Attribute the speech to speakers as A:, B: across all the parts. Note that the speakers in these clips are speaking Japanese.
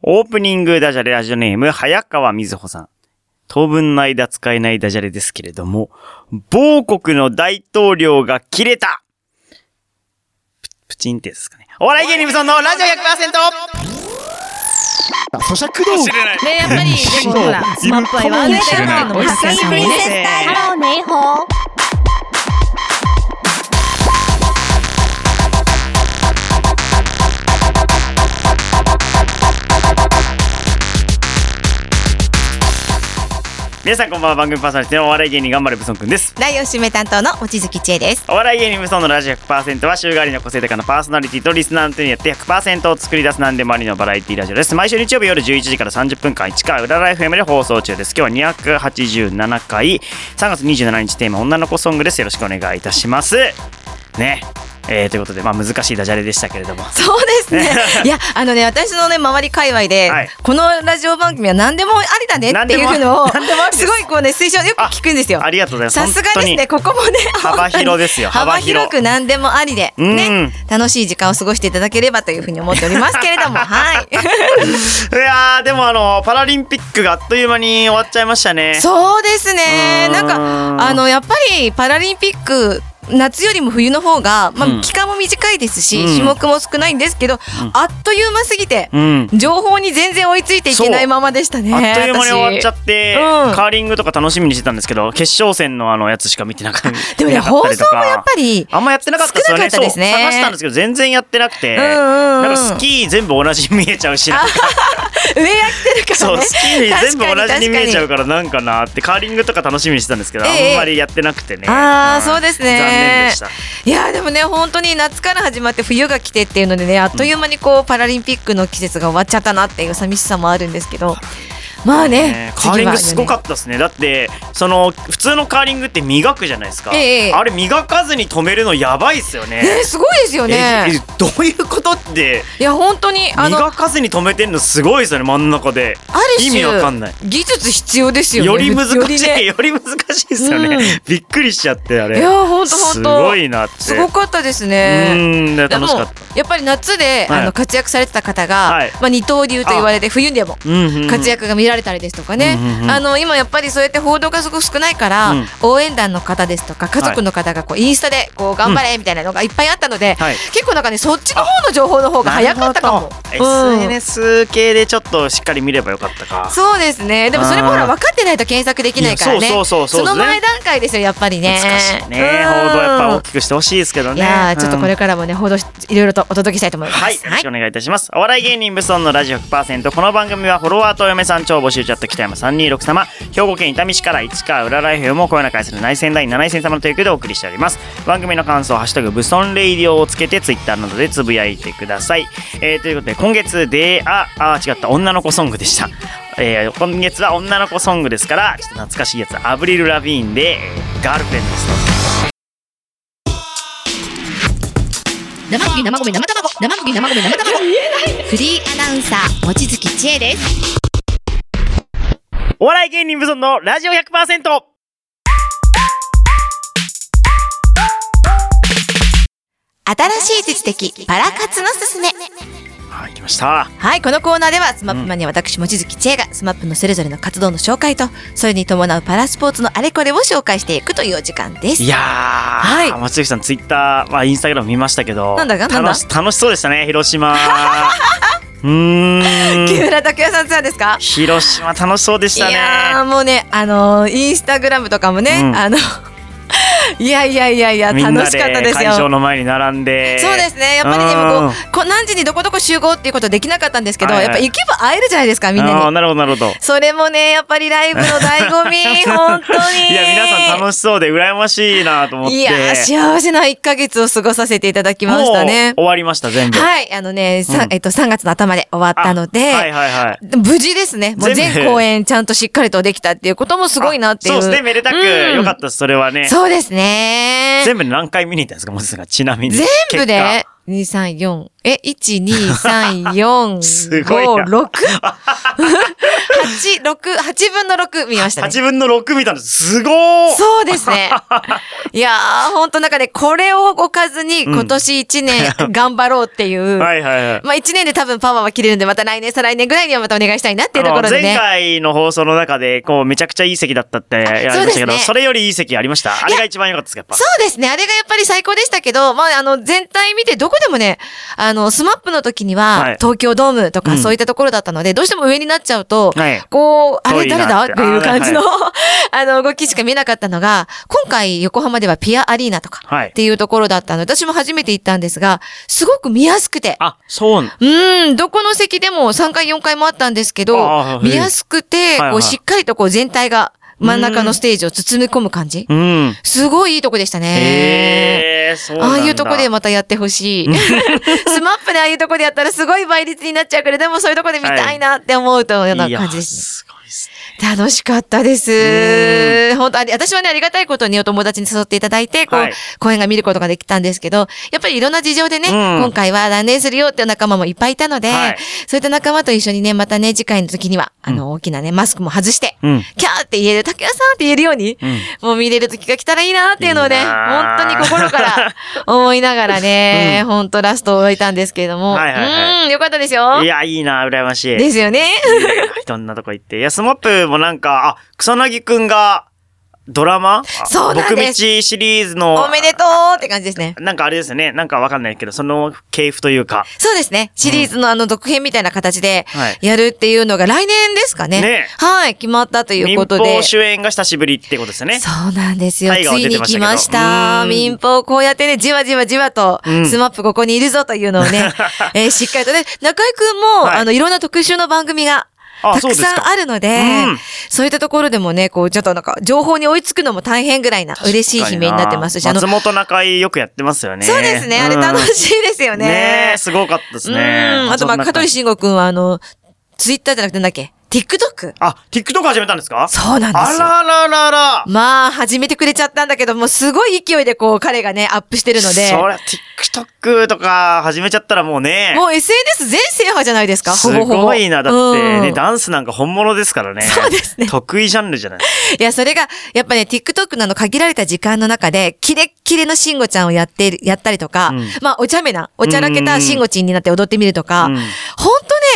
A: オープニングダジャレラジオネーム、早川瑞穂さん。当分の間使えないダジャレですけれども、某国の大統領が切れたププチンってやつですかね。お笑い芸人無尊のラジオ 100%!
B: あ咀嚼道具
C: ね、やっぱり、でもほら、スマップは言わないけど、のも
D: ハッピープリンセスタイル。ハローネイホー。
A: 皆さんこんばんは、番組パーソナリティのお笑い芸人頑張れブソンくんです。
C: ライオ締め担当の望月千恵です。
A: お笑い芸人無双のラジオ100%は週替わりの個性的なパーソナリティとリスナーの手によって100%を作り出す何でもありのバラエティラジオです。毎週日曜日夜11時から30分間1回裏ライフ M で放送中です。今日は287回3月27日テーマ女の子ソングです。よろしくお願いいたします。ね。えー、ということで、まあ難しいダジャレでしたけれども。
C: そうですね。いや、あのね、私のね、周り界隈で、
A: はい
C: このラジオ番組は何でもありだねっていうのを、
A: 何でもありです
C: すごいこうね、推奨よく聞くんですよ
A: あ。りがとうございます。
C: さすが
A: 本当
C: です
A: に
C: ね、ここもね、
A: 幅広ですよ
C: 幅広
A: 幅広
C: く何でもありで、
A: うん
C: ね、楽しい時間を過ごしていただければというふうに思っておりますけれ ども、はい。
A: いやー、でもあの、パラリンピックがあっという間に終わっちゃいましたね。
C: そうですね
A: うー。ん
C: なんかあのやっぱりパラリンピック夏よりも冬の方が、まあ
A: うん
C: 期間も短いですし、
A: うん
C: 種目も少ないんですけど、あっという間すぎて、
A: うん。
C: 情報に全然追いついていけないままでしたね。
A: あっという間に終わっちゃ
C: 私
A: って、
C: うん
A: カーリングとか楽しみにしてたんですけど、決勝戦のあのやつしか見てなかった。
C: でも
A: 見
C: ね
A: なか
C: 放
A: たりと
C: 送
A: か
C: もやっぱり
A: あんまやってなかったですよね。
C: 少なかったですね
A: そう探したんですけど、全然やってなくて、
C: うんうんうん
A: なんかスキー全部同じに見えちゃうし、なんか
C: 上やってるか
A: そ
C: ら
A: う、
C: ね。
A: スキー全部同じに見えちゃう
C: 確か
A: からなんかなって、カーリングとか楽しみにしてたんですけど、
C: ええ
A: あんまりやってなくてね。
C: あー
A: ん
C: そうですね
A: 残念でした。
C: にいやでもね本当に夏から始まって冬が来てっていうのでねあっという間にこうパラリンピックの季節が終わっちゃったなっていう寂しさもあるんですけど、まあね
A: ね、カーリングすごか
C: っ
A: ったですねだってその普通のカーリングって磨くじゃないですか、
C: ええ
A: あれ磨かずに止めるのやばいっすよね
C: ねすごいですよね。
A: ええどういうことって
C: いや本当にあの
A: 磨かずに止めてんのすごいですよね真ん中で
C: ある種
A: 意味わかんない
C: 技術必要ですよね
A: より難しいよ
C: よ
A: り,、
C: りね
A: 難しいですよね、
C: うん
A: びっくりしちゃってあれ
C: いやほんとほ
A: す
C: んと
A: ごいなって
C: すごかったです
A: う
C: ね
A: ーんで
C: で
A: 楽
C: も
A: しかった
C: やっぱり夏で、
A: はい
C: あの活躍されてた方が、
A: はい
C: まあ、二刀流と言われて冬でも
A: うんうんうん
C: 活躍が見られたりですとかね、
A: うんうんうん
C: あの今やっぱりそうやって報道がすごく少ないから、
A: うん
C: 応援団の方ですとか家族の方がこうインスタでこう頑張れみたいなのがいっぱいあったので、
A: はい
C: 結構なんかねそっちの方の情報の方が早かったかも。
A: なるほど SNS 系でちょっとしっかり見ればよかったか
C: そうですね。でもそれもほら分かってないと検索できないからね。
A: いやそうそうそうそうです
C: の
A: ね
C: 前段階ですよやっぱりね。
A: 難しいね
C: うん
A: 報道やっぱ大きくしてほしいですけど
C: い
A: ね
C: やーちょっとこ
A: うん
C: れからもね報道しいろいろとお届けしたいと思います。
A: はい、よろしくお願いいたします。お笑い芸人ブソンのラジオ100%。この番組はフォロワーとお嫁さん超募集チャット北山326様、兵庫県伊丹市から市川浦ライフも声の返する内戦第7戦様の提供でお送りしております。番組の感想、ハッシュタグブソンレイディオをつけてツイッターなどでつぶやいてください。えー、ということで、今月で、あ、あ、違った、女の子ソングでした。えー、今月は女の子ソングですから、ちょっと懐かしいやつ、アブリル・ラビーンで、えーガールフレンドです。
E: 生麦生米生卵生麦生米生卵フリーアナウンサー望月千恵です
A: お笑い芸人無尊のラジオ 100%!
C: 新しい実的パラ活のすすめ。
A: はい、来ました。
C: はいこのコーナーではスマップマンに私望月千恵がスマップのそれぞれの活動の紹介とそれに伴うパラスポーツのあれこれを紹介していくというお時間です。
A: いやー、
C: い
A: 松崎さん、ツイッター、まあ、インスタグラム見ましたけど、
C: なんだかなんだ
A: 楽し楽しそうでしたね、広 島。うー
C: 木
A: ん、
C: 村拓哉さんツアーですか？
A: 広島楽しそうでした
C: いや
A: ね。
C: ーもうねあのーインスタグラムとかもね、
A: うん
C: あの いやいやいやいや
A: みんな
C: 楽しかった
A: で
C: です
A: 会
C: よ。
A: 場の前に並んで。
C: そうですねやっぱりでもこ
A: う
C: うこう何時にどこどこ集合っていうことできなかったんですけど、
A: はいはい
C: やっぱ行けば会えるじゃないですかみん
A: あ
C: な
A: ー
C: に。
A: なるほど、なるほど。
C: それもねやっぱりライブの醍 醐味本当に。
A: いや、皆さん楽しそうで、羨ましいなと思って。
C: いやー幸せな一ヶ月を過ごさせていただきましたね
A: もう。終わりました、全部。
C: はいあのね、さ
A: うん
C: えっと3月の頭で終わったので。
A: あはいはいはい。
C: 無事ですね。もう
A: 全部
C: 全公演ちゃんとしっかりとできたっていうこともすごいなっていう。
A: あそうですね、めでたく、
C: うん
A: よかったです、それはね。
C: そうですね。
A: 全部で何回見に行ったんですか、松崎さん、ちなみに。
C: 全部で、 2、3、4。え、1、2、3、4、
A: す
C: 5、
A: ごいな
C: 6。8、6、8分の6見ましたね。
A: 8分の6みたいな、すごー
C: そうです ね。いやー、ほんとなんかね、これを置かずに今年1年 頑張ろうっていう。
A: はいはいはい。
C: まあ1年で多分パワーは切れるんで、また来年、再来年ぐらいにはまたお願いしたいなっていうところで
A: 前
C: ね。
A: 回の放送の中で、こう、めちゃくちゃいい席だったってやりましたけ
C: そう
A: ど、
C: で
A: そ,、
C: すね
A: れよりいい席ありましたあれが一番良かったですか、やっぱ。
C: そうですね。あれがやっぱり最高でしたけど、まあ、あの、全体見て、どこでもね、あの、スマップの時に
A: は、
C: はい東京ドームと
A: う
C: か
A: ん
C: そういったところだったので、どうしても上になっちゃうと、
A: はい
C: こう、あ
A: 遠
C: れ
A: いな
C: 誰だ
A: って
C: っていう感じの、
A: あ
C: あの、動きしか見えなかったのが、今回横浜ではピアアリーナと
A: は
C: か
A: い、
C: っていうところだったので、私も初めて行ったんですが、すごく見やすくて、
A: あ、そう。
C: うん、どこの席でも3回4回もあったんですけ
A: あ
C: ど、
A: ー
C: 見やすくて、
A: はい
C: こ
A: はいう
C: しっかりとこう全体が真ん中のステージを包み込む感じ
A: う。ん。
C: すごいいいとこでしたね。
A: へえ、そうなん
C: あ
A: だ。
C: あいうとこでまたやってほしい。 スマップでああいうとこでやったらすごい倍率になっちゃうけれども、そういうとこで見たいなって思うというようない
A: や
C: 感じですね。
A: すごいですね。
C: 楽しかったです。本当あり私はね、ありがたいことにお友達に誘っていただいて、こう、
A: はい
C: 公演が見ることができたんですけど、やっぱりいろんな事情でね、
A: うん
C: 今回は断念するよっていう仲間もいっぱいいたので、
A: はい
C: そういった仲間と一緒にね、またね、次回の時には、あの、大きなね、マスクも外して、
A: うん
C: キャーって言える、竹谷さんって言えるように、
A: ん
C: もう見れる時が来たらいいなっていうのをね、
A: いいな
C: 本
A: ー
C: 当に心から思いなが らね、本当ラストを終えたんですけれども、
A: はいはいはい
C: うん、よかったですよ
A: い。や、いいな、羨ましい。
C: ですよね。
A: いろんなとこ行って。いや、スマップもなんか、あ、草薙くんが、ドラマ
C: そうなんです
A: 僕道シリーズの。
C: おめでとうって感じですね。
A: なんかあれですよね。なんかわかんないけど、その系譜というか。
C: そうですね。シリーズのあの続編みたいな形で
A: はい
C: やるっていうのが来年ですかね。
A: ね
C: はい、決まったという
A: 民
C: ことで
A: 放。主演が久しぶりってことですよね。
C: そうなんですよ。つ
A: 大河はい出て
C: に
A: ました
C: 来
A: けど
C: ました。
A: うん
C: 民放こうやってね、じわじわじわと、
A: うん
C: スマップここにいるぞというのを ね、えーしっかりとね、中井くんも、
A: はい
C: あの、いろんな特集の番組が、
A: あ
C: たく
A: そうです
C: さ
A: か
C: んあるので、
A: うん
C: そういったところでもね、こう、ちょっとなんか、情報に追いつくのも大変ぐらいな、嬉しい悲鳴になってますし、あの、
A: 松本中井よくやってますよね。
C: そうですね、あれ楽しいですよ
A: い
C: ね。
A: ねえ、すごかったですね
C: う。ん。あと、まあ、香取慎吾くんは、あの、ツイッターじゃなくてなんだっけ ?TikTok?
A: あ、TikTok 始めたんですか
C: そうなんですよ。
A: あらららら。
C: まあ、始めてくれちゃったんだけど、もうすごい勢いでこう、彼がね、アップしてるので、
A: そりゃ TikTok とか始めちゃったらもうね。
C: もう SNS 全制覇じゃないですか、
A: す
C: ほぼほぼ。
A: ごいな。だってね、
C: うん
A: ダンスなんか本物ですからね。そうですね。得意ジャンルじゃない。
C: いや、それが、やっぱね、TikTok なの限られた時間の中で、キレッキレのシンゴちゃんをやってる、やったりとか、
A: うん
C: まあ、お茶目な、おちゃらけたシンゴちんになって踊ってみるとか、
A: う
C: ほ
A: ん
C: んと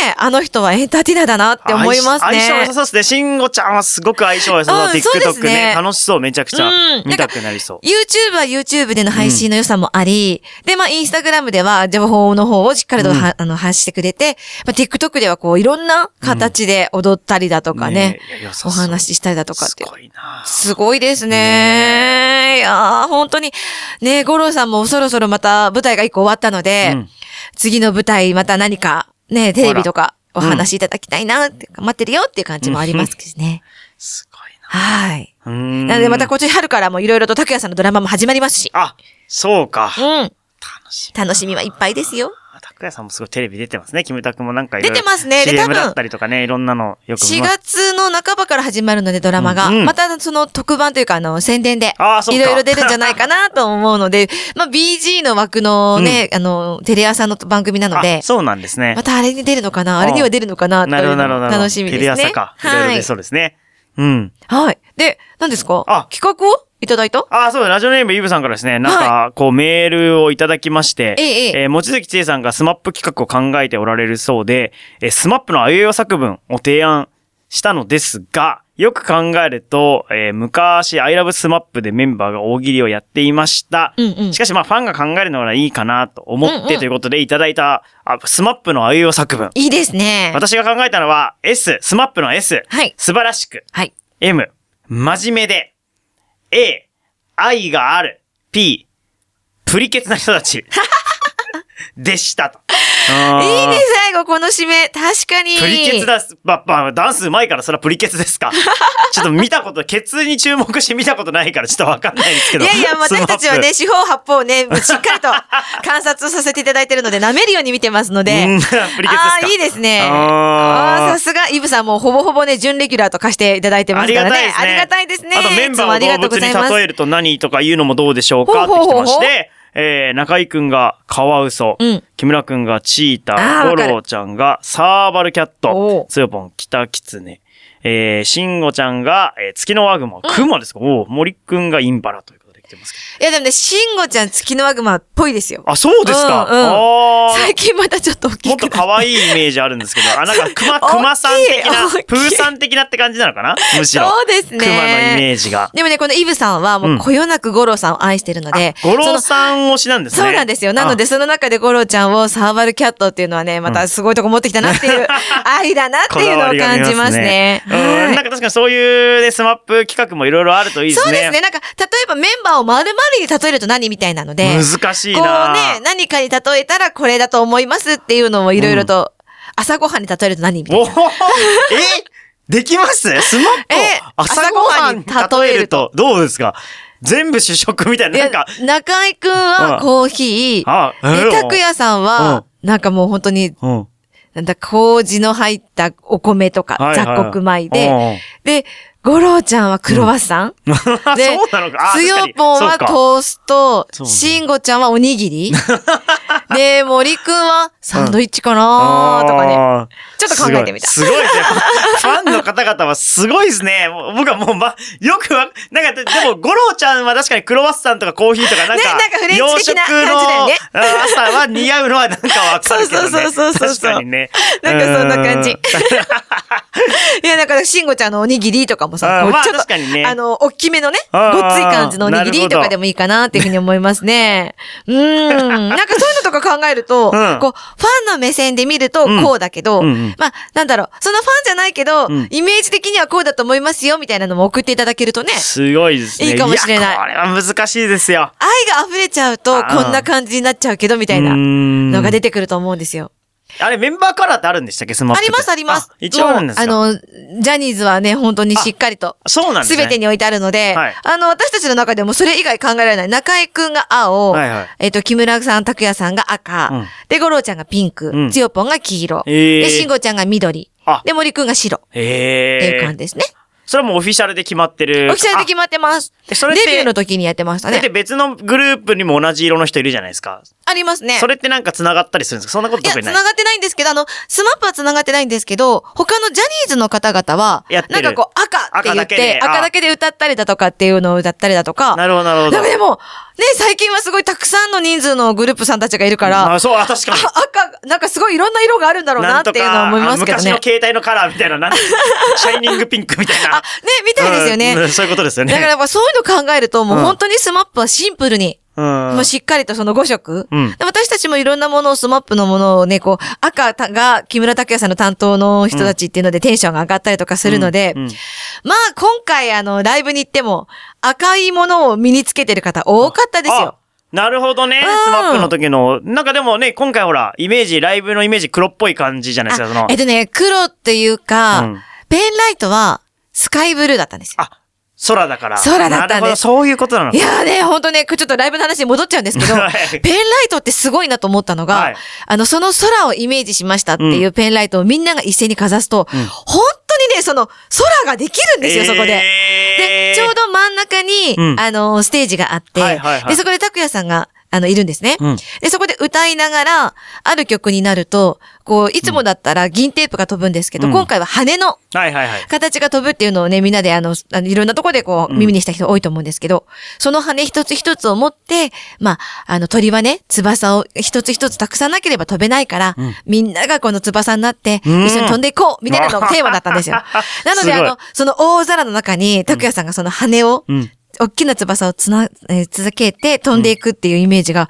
C: ね、あの人はエンターテイナーだなって思いますね。
A: 相性相性良さそうですね。慎吾ちゃんはすごく相性良さそう。
C: うんそうです
A: TikTok ね
C: ね。
A: 楽しそう、めちゃくちゃ
C: うん。
A: 見たくなりそう。
C: YouTube は YouTube での配信の良さもあり、で、まあ、インスタグラムでは情報の方をしっかりとは、あの発してくれて、まあ、TikTok ではこう、いろんな形で踊ったりだとかね、
A: えいや良さそう
C: お話ししたりだとかっ
A: す
C: て。
A: ごいな。
C: すごいですね。いやー本当に。ね五郎さんもそろそろまた舞台が一個終わったので、
A: うん
C: 次の舞台また何か、ねテレビとか
A: ほ
C: お
A: ら
C: 話しいただきたいなって、待ってるよっていう感じもありますけどね。
A: すごい
C: はい。
A: な。うーん
C: なのでまた今年春からもいろいろと拓也さんのドラマも始まりますし。
A: あ、そうか。
C: うん。
A: 楽しい。
C: 楽しみはいっぱいですよ。
A: あ拓也さんもすごいテレビ出てますね。キムタクもなんかいろいろ
C: 出てますねで
A: CM
C: 多分
A: だったりとかね、いろんなのよく見
C: 4
A: ます。
C: 月の半ばから始まるので、ドラマが。
A: うんうん
C: またその特番というか、あの、宣伝で。
A: あーそっ
C: い
A: か
C: ろいろ出るんじゃないかなと思うので、 まあ、BG の枠のね、あの、テレ朝の番組なので
A: あ、そうなんですね
C: ま。たあれに出るのかなあれには出るのかなと
A: なる
C: い
A: ほ
C: う
A: ど、なるほ
C: の
A: ど。
C: も楽しみですね。
A: テレ朝か。いろいろ
C: は
A: 出
C: い。
A: そうですね。うん。
C: はい。で、何ですか
A: あ
C: 企画をいただいた
A: あ、そうだ、ラジオネームイブさんからですね、なんか、こう、メールをいただきまして、
C: ええええ
A: えー、望月千恵さんがスマップ企画を考えておられるそうで、えー、スマップのあゆよ作文を提案したのですが、よく考えると、えー昔、アイラブスマップでメンバーが大喜利をやっていました。
C: うんうん
A: しかし、まあ、ファンが考えるのならいいかなと思って、
C: うんうん
A: ということで、いただいた、あスマップのあゆよ作文。
C: いいですね。
A: 私が考えたのは、S、スマップの S。
C: はい
A: 素晴らしく。
C: はい。
A: M、真面目で。A、愛がある。P、プリケツな人た ち。でしたと。
C: いいね
A: い、
C: 最後この締め。確かに。
A: プリケツだ、ま、ま、ダンスうまいからそれはプリケツ ですか。ちょっと見たこと、ケツに注目して見たことないからちょっとわかんないですけど。
C: いやいや、私たちはね、
A: ス
C: 四方八方ね、しっかりと 観察をさせていただいてるので、舐めるように見てますの
A: マ
C: で。
A: ップ、うんプリケツですか
C: あ。あ、いいですね。
A: あー
C: ああー、さすが、イブさんもほぼほぼね、準レギュラーと化していただいてま
A: あ
C: す
A: り
C: か
A: が
C: ら
A: たいで
C: ね。
A: すね。
C: ありがたいですね。
A: あとメンバ
C: いつもあ
A: バ
C: り
A: ー
C: が
A: を
C: と
A: 動
C: うご
A: 物
C: ざい
A: に
C: ます
A: 例えると何とか言うのもどうでしょうかっ
C: ほ
A: て
C: うほう
A: 来
C: ほ
A: て
C: う
A: まして、えー、中井くんがカワウソ、
C: うん
A: 木村くんがチータ
C: あー
A: ー、
C: わ
A: ゴ
C: かる
A: ローちゃんがサーバルキャッ
C: お
A: ト
C: う、
A: つよぽん、キタキツネ、えー、シンゴちゃんが、えー、月のワグマ、クマですか、おう森くんがインパラということで来てますけ
C: いやでもね、シンゴちゃん月のワグマっぽいですよ
A: ど。。あ、そうですか、
C: うんうん
A: あー
C: 最近またちょっと大
A: もっ
C: きくな
A: と
C: っ
A: 可愛いイメージあるんですけど、あ、なん か、クマ、
C: 大きい
A: クマさん的な
C: 大きい、
A: プーさん的なって感じなのかなむしろ。
C: そうですね
A: クマのイメージが。
C: でもね、このイブさんはもうこよなくゴロさんを愛してるので、
A: ゴロ
C: そ
A: ー
C: の
A: さん推しなんですね。
C: そうなんですよ。なので、その中でゴロちゃんをサーバルキャットっていうのはね、またすごいとこ持ってきたなっ ていう、ありだなって
A: こ
C: いう
A: だ
C: のを
A: わりがあり
C: 感
A: ますね、
C: じますね。
A: うん、なんか
C: はい
A: 確かにそういうね、スマップ企画もいろいろあるといいですね。
C: そうですね。なんか、例えばメンバーを丸々に例えると何みたいなので、
A: 難しい
C: こう
A: な
C: ね、何かに例えたらこれだと思いますっていうのをいろいろと、朝ごはんに例えると何みたい
A: お
C: な。
A: ー えできますスマップを
C: え
A: 朝ごはんに
C: 朝ごはん
A: 例
C: に例
A: え
C: え
A: る
C: る
A: と、どうですか全部主食みたいな、なんか、
C: いや中井くん
A: う
C: は
A: ん
C: コーヒー、
A: あ、え
C: で、拓也さんは、なんかもう本当に、
A: うん。
C: なんだ、麹の入ったお米とか
A: はいは、い
C: 雑穀米で、
A: うん
C: で、五郎ちゃんはクロワッサン、
A: あ
C: で
A: そうなのか。あ
C: つよ
A: 確かに
C: ぽん
A: そう
C: は
A: か
C: トースト
A: そ、う
C: しんごちゃんはおに ぎりで、森くんはサンドイッチかなーとかね。
A: あー
C: ちょっと考えてみた
A: すごいすごいですね。ファンの方々はすごいですね。もう僕はもう、ま、よくわ、なんかで、でも、五郎ちゃんは確かにクロワッサンとかコーヒーとかなん
C: ね
A: か、
C: なんかフレンチ的な感じだよ
A: 洋
C: ね
A: 食の朝は似合うのはなんかわかるけどね。
C: そうそうそうそうそう
A: 確かにね。
C: なんかそんな感じ
A: うーん
C: いや、だから、しんごちゃんのおにぎりとかも
A: あー
C: さ、こう
A: まあ
C: ちょっ
A: 確かにね
C: と、あの、大きめのね、ご
A: あ
C: っ
A: ー
C: つい感じのおにぎりとかでもいいかなっていうふうに思いま すね。うーん。なんかそういうのとか考えると、
A: うん
C: こう、ファンの目線で見ると
A: うん
C: こうだけど、
A: うんうん
C: まあ、なんだろう、そのファンじゃないけど、
A: うん
C: イメージ的にはこうだと思いますよ、みたいなのも送っていただけるとね、
A: すごいですね。
C: いいかもしれない
A: やこれは難しいですよ。
C: 愛が溢れちゃうと、
A: あー
C: こんな感じになっちゃうけど、みたいなの
A: の
C: が出てくると思うんですよ。
A: あれ、メンバーカラーってあるんでしたっけスマップ
C: あります、あります。
A: 一応あるんですか
C: もうあの、ジャニーズはね、本当にしっかりと。
A: そうなんですすね。
C: べてに置いてあるので、
A: はい
C: あの、私たちの中でもそれ以外考えられない。中井くんが青、
A: はいはい
C: えっ、と、木村さん、拓也さんが赤、
A: うん
C: で、五郎ちゃんがピンク、
A: うん
C: つよぽんが黄色、
A: えー
C: で、慎吾ちゃんが緑
A: あ、
C: で、森くんが白、
A: へ
C: って
A: え。
C: いう感じですね。
A: それはもうオフィシャルで決まってる。
C: オフィシャルで決まってます。
A: で
C: デ
A: それって
C: ビューの時にやってました
A: あだって
C: ね。
A: 別のグループにも同じ色の人いるじゃないですか。
C: ありますね。
A: それってなんか繋がったりするんですかそんなこと
C: いや、
A: 特
C: 繋
A: にない。
C: がってないんですけど、あの、スマップは繋がってないんですけど、他のジャニーズの方々は
A: やって、
C: な
A: る
C: んかこう、赤って言
A: 赤
C: っ
A: だけで
C: て、
A: あ
C: 赤だけで歌ったりだとかっていうのを歌ったりだとか、
A: なるほど、なるほど。
C: なんかでも、ね、最近はすごいたくさんの人数のグループさんたちがいるから、
A: あ、そう、あ、確かに。
C: あ赤、なんかすごいいろんな色があるんだろうなっていうのは思いますけ
A: あ
C: どね。
A: 昔
C: ね
A: の、携帯のカラーみたいな、 なんシャイニングピンクみたいな。
C: みたいですよね。
A: うんうんそういうことですよね。
C: だからやっぱそういうの考えると、もう
A: うん
C: 本当にスマップはシンプルに、
A: うん。
C: もうしっかりとその5色、
A: うん
C: で私たちもいろんなものをスマップのものをね、こう、赤が木村拓哉さんの担当の人たちっていうのでテンションが上がったりとかするので、
A: うんうん
C: まあ今回あの、ライブに行っても赤いものを身につけてる方多かったですよ
A: あ。。なるほどね。
C: ん
A: スマップの時の。なんかでもね、今回ほら、イメージ、ライブのイメージ黒っぽい感じじゃないですか、その
C: えっ。とね、黒っていうか、
A: うん
C: ペンライトはスカイブルーだったんですよ。
A: あ、空だから。
C: 空だったんで
A: なるほどそういうことなの
C: い
A: か。
C: やーね、ほんとね、これちょっとライブの話に戻っちゃうんですけど、ペン
A: は
C: ラ
A: い
C: イトってすごいなと思ったのが、
A: はい
C: あの、その空をイメージしましたっていうペンライトをみんなが一斉にかざすと、本当にね、その空ができるんですよ、そこで。
A: えー
C: で、ちょうど真ん中に、
A: うん
C: あの、ステージがあって、
A: はいはいはい
C: で、そこで拓也さんが、あの、いるんですね、
A: うん
C: で、そこで歌いながら、ある曲になると、こう、いつもだったら銀テープが飛ぶんですけど、
A: うん
C: 今回は羽の
A: はいはいはい。
C: 形が飛ぶっていうのをね、みんなであの、あのいろんなとこでこう、耳にした人多いと思うんですけど、その羽一つ一つを持って、まあ、あの鳥はね、翼を一つ一つたくさんなければ飛べないから、みんながこの翼になって、
A: うん
C: 一緒に飛んでいこうみたいなの がテーマだったんですよ。なので、
A: す
C: あ
A: ごい
C: の、その大空の中に、拓也さんがその羽を、
A: うん
C: 大きな翼をつな、えー続けて飛んでいくっていうイメージが、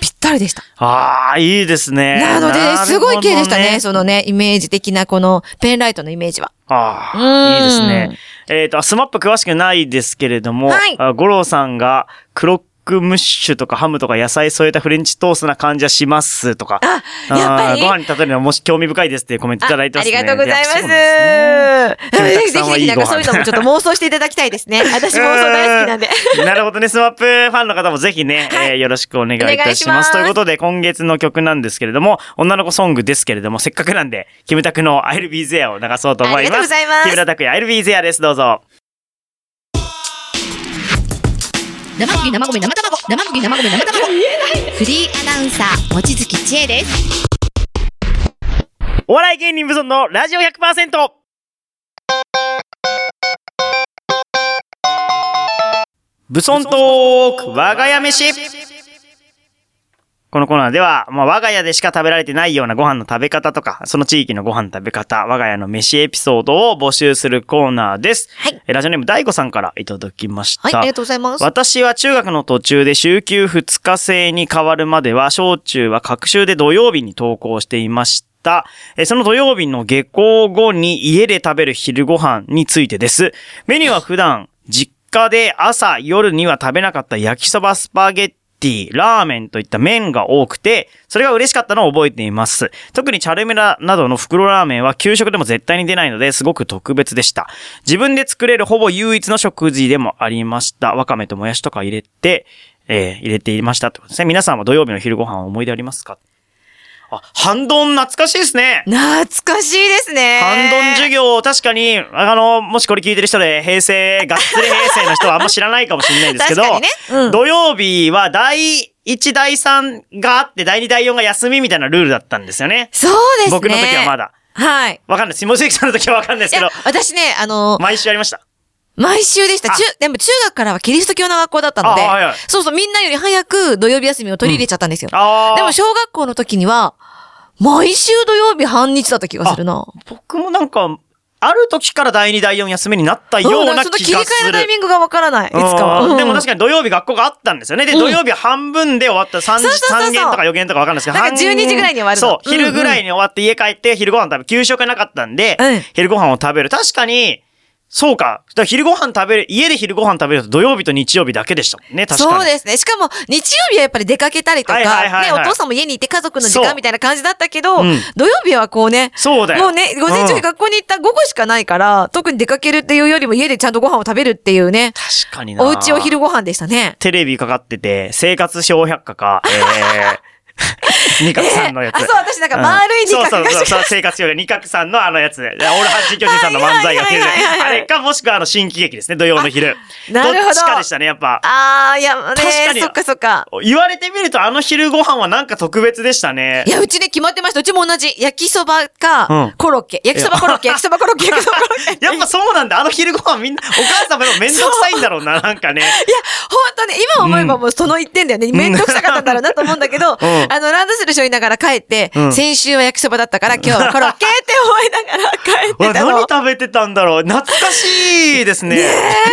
C: ぴったりでした。
A: ああ、いいですね。
C: なので、すごい綺麗でした
A: なるほど
C: ね。そのね、イメージ的なこのペンライトのイメージは。
A: あ
C: う
A: あ、い
C: ん
A: いですね。えっ、と、スマップ詳しくないですけれども、
C: はい
A: あ五郎さんがクロックムッシュとかハムとか野菜添えたフレンチトーストな感じはしますとか、あ
C: やっぱり
A: ーご飯に例えるのはもし興味深いですっていうコメントいただいてますね。
C: あありがとうございます。
A: やそうなん
C: でも
A: 木村さ
C: ぜひぜ
A: んは
C: ひ
A: いい
C: なんかそういうのもちょっと妄想していただきたい ですね。私妄想大好きなんで。
A: ですねなるほどね。スマップファンの方もぜひね、えーよろしくお願いいたし
C: お願
A: ま
C: い
A: す。
C: します
A: ということで、今月の曲なんですけれども、女の子ソングですけれども、せっかくなんで、キムタクの I'll be there を流そうと思います。
C: ありがとうございます
A: 木村拓哉 I'll be there です。どうぞ。
E: 生麦生米生卵生麦生米生卵フリーアナウンサー望月千恵です
A: お笑い芸人無尊のラジオ100%ブソントーク我が家飯このコーナーでは、まあ、我が家でしか食べられてないようなご飯の食べ方とか、その地域のご飯の食べ方、我が家の飯エピソードを募集するコーナーです。
C: はい
A: えラジオネーム大悟さんからいただきました。
C: はい、ありがとうございます。
A: 私は中学の途中で週休2日制に変わるまでは、小中は各週で土曜日に登校していました。えその土曜日の下校後に家で食べる昼ご飯についてです。メニューは普段、実家で朝、夜には食べなかった焼きそばスパゲッティ、ラーメンといった麺が多くて、それが嬉しかったのを覚えています。特にチャルメラなどの袋ラーメンは給食でも絶対に出ないので、すごく特別でした。自分で作れるほぼ唯一の食事でもありました。わかめともやしとか入れて、えー入れていましたってことですね。皆さんは土曜日の昼ご飯は思い出ありますかあ、半丼懐かしいですね。
C: 懐かしいですね。
A: 半丼授業、確かに、あの、もしこれ聞いてる人で、平成、がっつり平成の人はあんま知らないかもしれないんですけど、
C: 確かにねうん
A: 土曜日は第1、第3があって、第2、第4が休みみたいなルールだったんですよね。
C: そうですね。
A: 僕の時はま。だ。
C: はい。
A: わかんないです。下関さんの時はわかんないです
C: い
A: けど
C: や、、私ね、あの、
A: 毎週ありました。
C: 毎週でした。
A: あ
C: 中、でも中学からはキリスト教の学校だったので、
A: あはいはい
C: そうそう、みんなより早く土曜日休みを取り入れちゃったんですよ。
A: あー
C: でも小学校の時には、毎週土曜日半日だった気がするな。
A: 僕もなんか、ある時から第2、第4休みになったよう
C: うん
A: な
C: その
A: 気
C: 切り
A: が
C: 替
A: す
C: えの
A: る。
C: タイミングがわからない。いつかは。
A: うんでも確
C: か
A: かに土曜日学校があったんですよね。で、土曜日半分で終わった3、
C: そうそうそうそう
A: 3限とか4限とかわかんないですけど。
C: なんか
A: 半
C: 12時ぐらいに終わるの
A: そう、
C: うんうん
A: 昼ぐらいに終わって家帰って昼ご飯食べ、給食なかったんで、
C: うん
A: 昼ご飯を食べる。確かに、そうか。だから昼ご飯食べる、家で昼ご飯食べると土曜日と日曜日だけでしたもんね、確かに。
C: そうですね。しかも、日曜日はやっぱり出かけたりとか、
A: はいはいはいはい
C: ね、お父さんも家にいて家族の時
A: そう
C: 間みたいな感じだったけど、
A: うん
C: 土曜日はこうね、
A: そうだよ
C: もうね、午前中
A: うん
C: に学校に行った午後しかないから、特に出かけるっていうよりも家でちゃんとご飯を食べるっていうね、
A: 確かにな。
C: お家お昼ご飯でしたね。
A: テレビかかってて、生活小百科か、えー、二角さんのやつ。
C: えーあそう私なんか丸い二角が
A: うんそうそうそう、生活小百科、二角さんのあのやつ。で俺は実況人さんの漫才が出てる
C: はいはいはいはい
A: あれか、もしくはあの、新喜劇ですね、土曜の昼。
C: あなるほど
A: どっちかでしたね、やっぱ。
C: あー、いや、
A: 確かに
C: ね、そっかそっか。
A: 言われてみると、あの昼ご飯はなんか特別でしたね
C: い。や、うちね、決まってました。うちも同じ。焼きそば
A: うん
C: か、コロッケ。焼きそばコロッケ、焼きそばコロッケ、焼きそばコロッケ。
A: やっぱそうなんだ。あの昼ご飯みんな、お母様でもめんどくさいんだろうな、なんかね。
C: いや、本当ね、今思えばもうその一点だよね。めんどくさかったんだろうなと思うんだけど、 あの、ランドセルしょいながら帰って、
A: うん
C: 先週は焼きそばだったから今日はコロッケって思いながら帰っ
A: わ
C: てた
A: 何
C: の。
A: 食べてたんだろう懐かしいですね。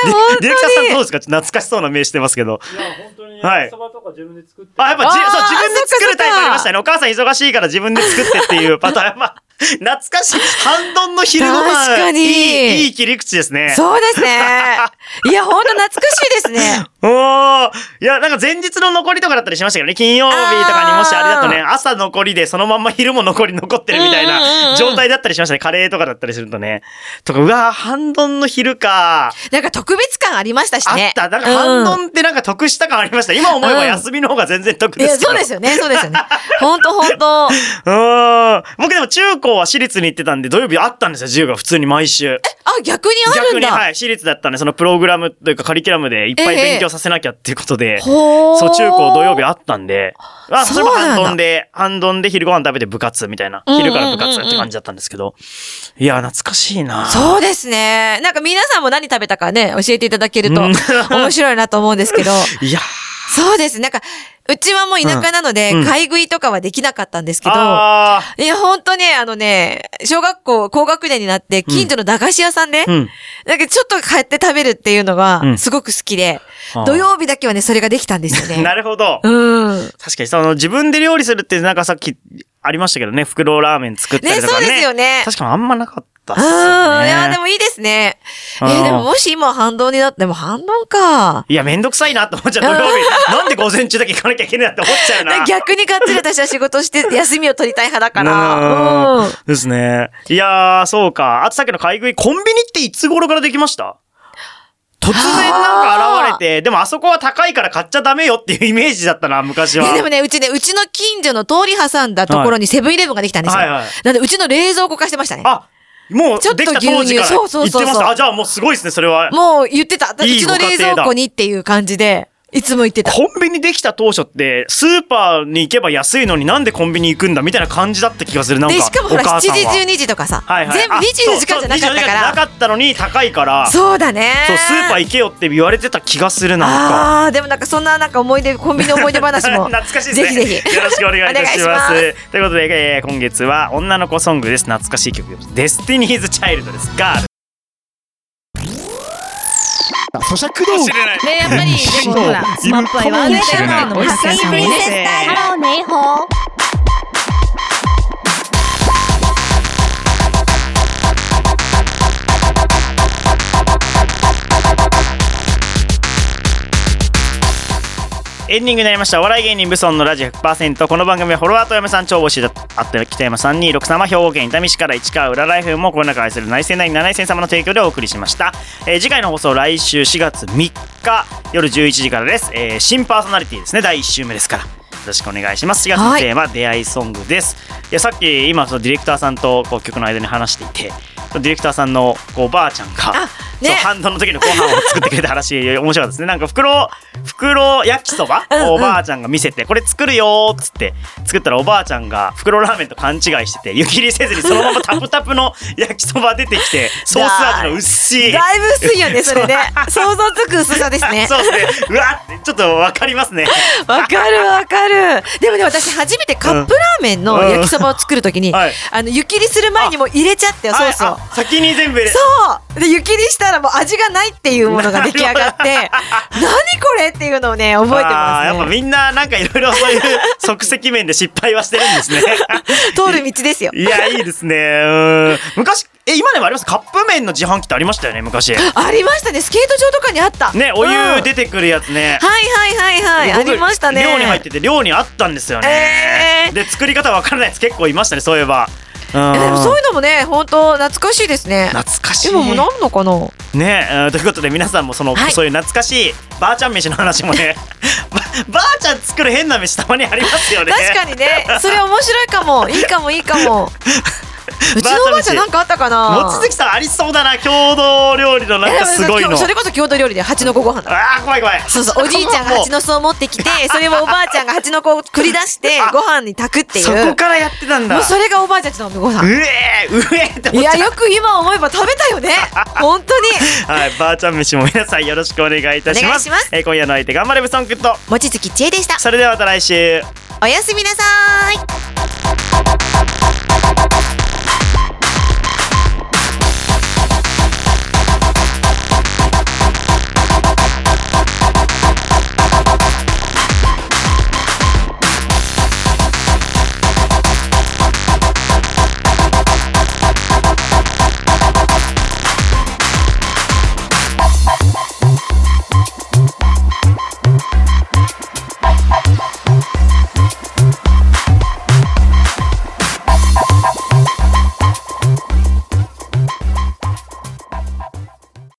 C: 本当に
A: ディレクターさんどうですかちょっと懐かしそうな目してますけど。
F: いや、本当に
A: はい
F: 焼きそばとか自分で作って。
A: あ、やっぱじ
C: あー
A: そう、自分で作るタイプありましたね。お母さん忙しいから自分で作ってっていうパターン。まあ、懐かしい。半丼の昼ご飯。
C: 確かに
A: いい、いい切り口ですね。
C: そ うですね。いや、本当懐かしいですね。
A: おーいや、なんか前日の残りとかだったりしましたけどね。金曜日とかにもしあれだとね、朝残りでそのまんま昼も残り残ってるみたいな状態だったりしましたね。カレーとかだったりするとね。とか、うわー半丼の昼か。
C: なんか特別感ありましたし
A: あ
C: ね。
A: った。なんか半
C: うん
A: 丼ってなんか得した感ありました。今思えば
C: うん
A: 休みの方が全然得
C: い
A: で
C: や、
A: すけど。
C: そうですよね、そ うですよね。本当本当
A: うーん。僕でも中高は私立に行ってたんで、土曜日あったんですよ、授業が普通に毎週。
C: あ、逆にある
A: 逆
C: ん
A: に、
C: だ。
A: はい、私立だったんで、そのプログラムというかカリキュラムでいっぱい
C: ええ
A: 勉強させなきゃっていうことで、
C: ほー
A: そう、中高土曜日あったんで、あ、そ
C: そ
A: れ
C: う
A: も
C: なんだ
A: 半丼で、半丼で昼ご飯食べて部活みたいな、
C: うんうんうん
A: 昼から部活って感じだったんですけど、いや、懐かしいな
C: そうですね。なんか皆さんも何食べたかね、教えていただけると
A: うん
C: 面白いなと思うんで すけど。
A: いや
C: そうです。なんか、うちはもう田舎なので、
A: うん
C: 買い食いとかはできなかったんですけど、
A: あ
C: いや、ほんとね、あのね、小学校、高学年になって、近所の駄菓子屋さんで、
A: うん。
C: なんかちょっと買って食べるっていうの
A: う
C: が、
A: ん
C: すごく好きで、
A: あー
C: 土曜日だけはね、それができたんですよね。
A: なるほど。
C: うん。
A: 確かに、その、自分で料理するって、なんかさっき、ありましたけどね、袋ラーメン作ったりとかね。
C: ねそうですよね
A: 確かにあんまなかったっ
C: うん。
A: す
C: い
A: よね。
C: や、でもいいですね。え
A: うん
C: ーでももし今反動になっても反動か。
A: いや、めんどくさいなって思っちゃった。土曜 日なんで午前中だけ行かなきゃいけないなって思っちゃうな。
C: 逆にがっつり私は仕事して休みを取りたい派だか
A: う
C: ら。うん
A: ん。ですね。いやー、そうか。あとさっきの買い食い、コンビニっていつ頃からできました突然なんか現れて、でもあそこは高いから買っちゃダメよっていうイメージだったな、昔
C: い
A: は。
C: やでもね、うちね、うちの近所の通り挟んだところにセブンイレブンができたんですよ。
A: はいはい
C: なんで、うちの冷蔵庫化してましたね。
A: あ、もう
C: ちょっと
A: できた当時から
C: 牛乳そうそうそうそう
A: 言ってました。あ、じゃあもうすごいですね、それは。
C: もう言ってた。だって
A: いう
C: ちの冷蔵庫にっていう感じで。いつも言ってた。
A: コンビニできた当初って、スーパーに行けば安いのになんでコンビニ行くんだみたいな感じだった気がする、なんか。
C: で、しかもほら、
A: お母
C: 7時、
A: さんは
C: 12時とかさ、
A: はいはい。
C: 全部
A: あ
C: 24時間じゃなかった
A: そう
C: か、
A: そう24時間じゃなからったのに高いから、そう、
C: そうだね。
A: スーパー行けよって言われてた気がする、なんか。
C: ああー、でもなんかそんななんか思い出、コンビニの思い出話も。
A: 懐かしいですね
C: ぜひぜ ひ。
A: よろしくお願いいたし
C: お
A: ま
C: 願い
A: すということで、えー今月は女の子ソングです懐かしい曲ですデスティニーズ・チャイルドですガール
B: 咀嚼道具
F: ねやっぱ りでもほらスマップアイは
B: いる
F: 絶
B: かもしれない
F: 対なんのも発見さんをね
D: ハローネイホー。
A: エンディングになりましたお笑い芸人ブソンのラジオ100%この番組はフォロワーと嫁さん超募集だあって北山さんに6様兵庫県伊丹市から市川浦ライフもこの中愛する内戦内7戦様の提供でお送りしました、えー次回の放送来週4月3日夜11時からです、えー新パーソナリティですね第1週目ですからよろしくお願いします4月のテーマ、出会いソングですいやさっき今そのディレクターさんとこう曲の間に話していてディレクターさんのこうばあちゃんが
C: ね
A: そうハンドの時のご飯を作ってくれた話 面白かったですねなんか袋袋焼きそば
C: うんうん
A: をおばあちゃんが見せてこれ作るよーっつって作ったらおばあちゃんが袋ラーメンと勘違いしてて湯切りせずにそのままタプタプの焼きそば出てきてソース味の薄い。
C: だいぶ薄いよね、それね。想像つく薄さですね
A: そうですねうわってちょっとわかりますね
C: わかるわかる。でもね、私初めてカップラーメンの焼きそばを作るとき
A: う
C: に、
A: んはい
C: あの、湯切りする前にもう入れちゃってよ、ソースを
A: あ。あ先に全部入れ
C: そうで湯切りしたらもう味がないっていうものが出来上がって何これっていうのをね覚えて
A: あーやっ
C: ま
A: ぱ
C: すね
A: みんななんかいろいろそういう即席麺で失敗はしてるんです ね
C: 通る道ですよ
A: いやいいですねうん昔え今でもありますカップ麺の自販機ってありましたよね昔
C: ありましたねスケート場とかにあった
A: ね、お湯
C: うん
A: 出てくるやつね。
C: はいはいはいはいあ
A: 僕
C: りましたね
A: 寮に入ってて寮にあったんですよね。
C: えー
A: で作り方わからないやつ結構いましたねそういえば。うん
C: いやでもそういうのもね本当懐かしいですね
A: 懐かしい。
C: 今もうなんのかな
A: ねえ、うんということで皆さんもその、
C: はい
A: そういう懐かしいばあちゃん飯の話もね ばばあちゃん作る変な飯たまにありますよね。
C: 確かにねそれ面白い かもいいかもいいかもうちのおばあちゃんなんかあったかな
A: 望月さんありそうだな郷土料理のなん
C: えで
A: か
C: も
A: すごいの。
C: それこそ郷土料理で蜂の子ご飯だ
A: ああ怖い怖い。
C: そうそう、おじいちゃんが
A: もう
C: 蜂の巣を持ってきて、それをおばあちゃんが蜂の子を繰り出して、ご飯に炊くっていう。
A: そこからやってたんだ。
C: もうそれがおばあちゃんちのご
A: う
C: 飯。
A: えーうえーって思っちゃう
C: いや、よく今思えば食べたよね。本当に。
A: はい、ばあちゃん飯も皆さんよろしくお願いいたし
C: お願
A: ま
C: い
A: す。
C: します
A: えー今夜の相手頑張れブソンくんと。
C: もちづきちえでした。
A: それではまた来週。
C: おやすみなさーい。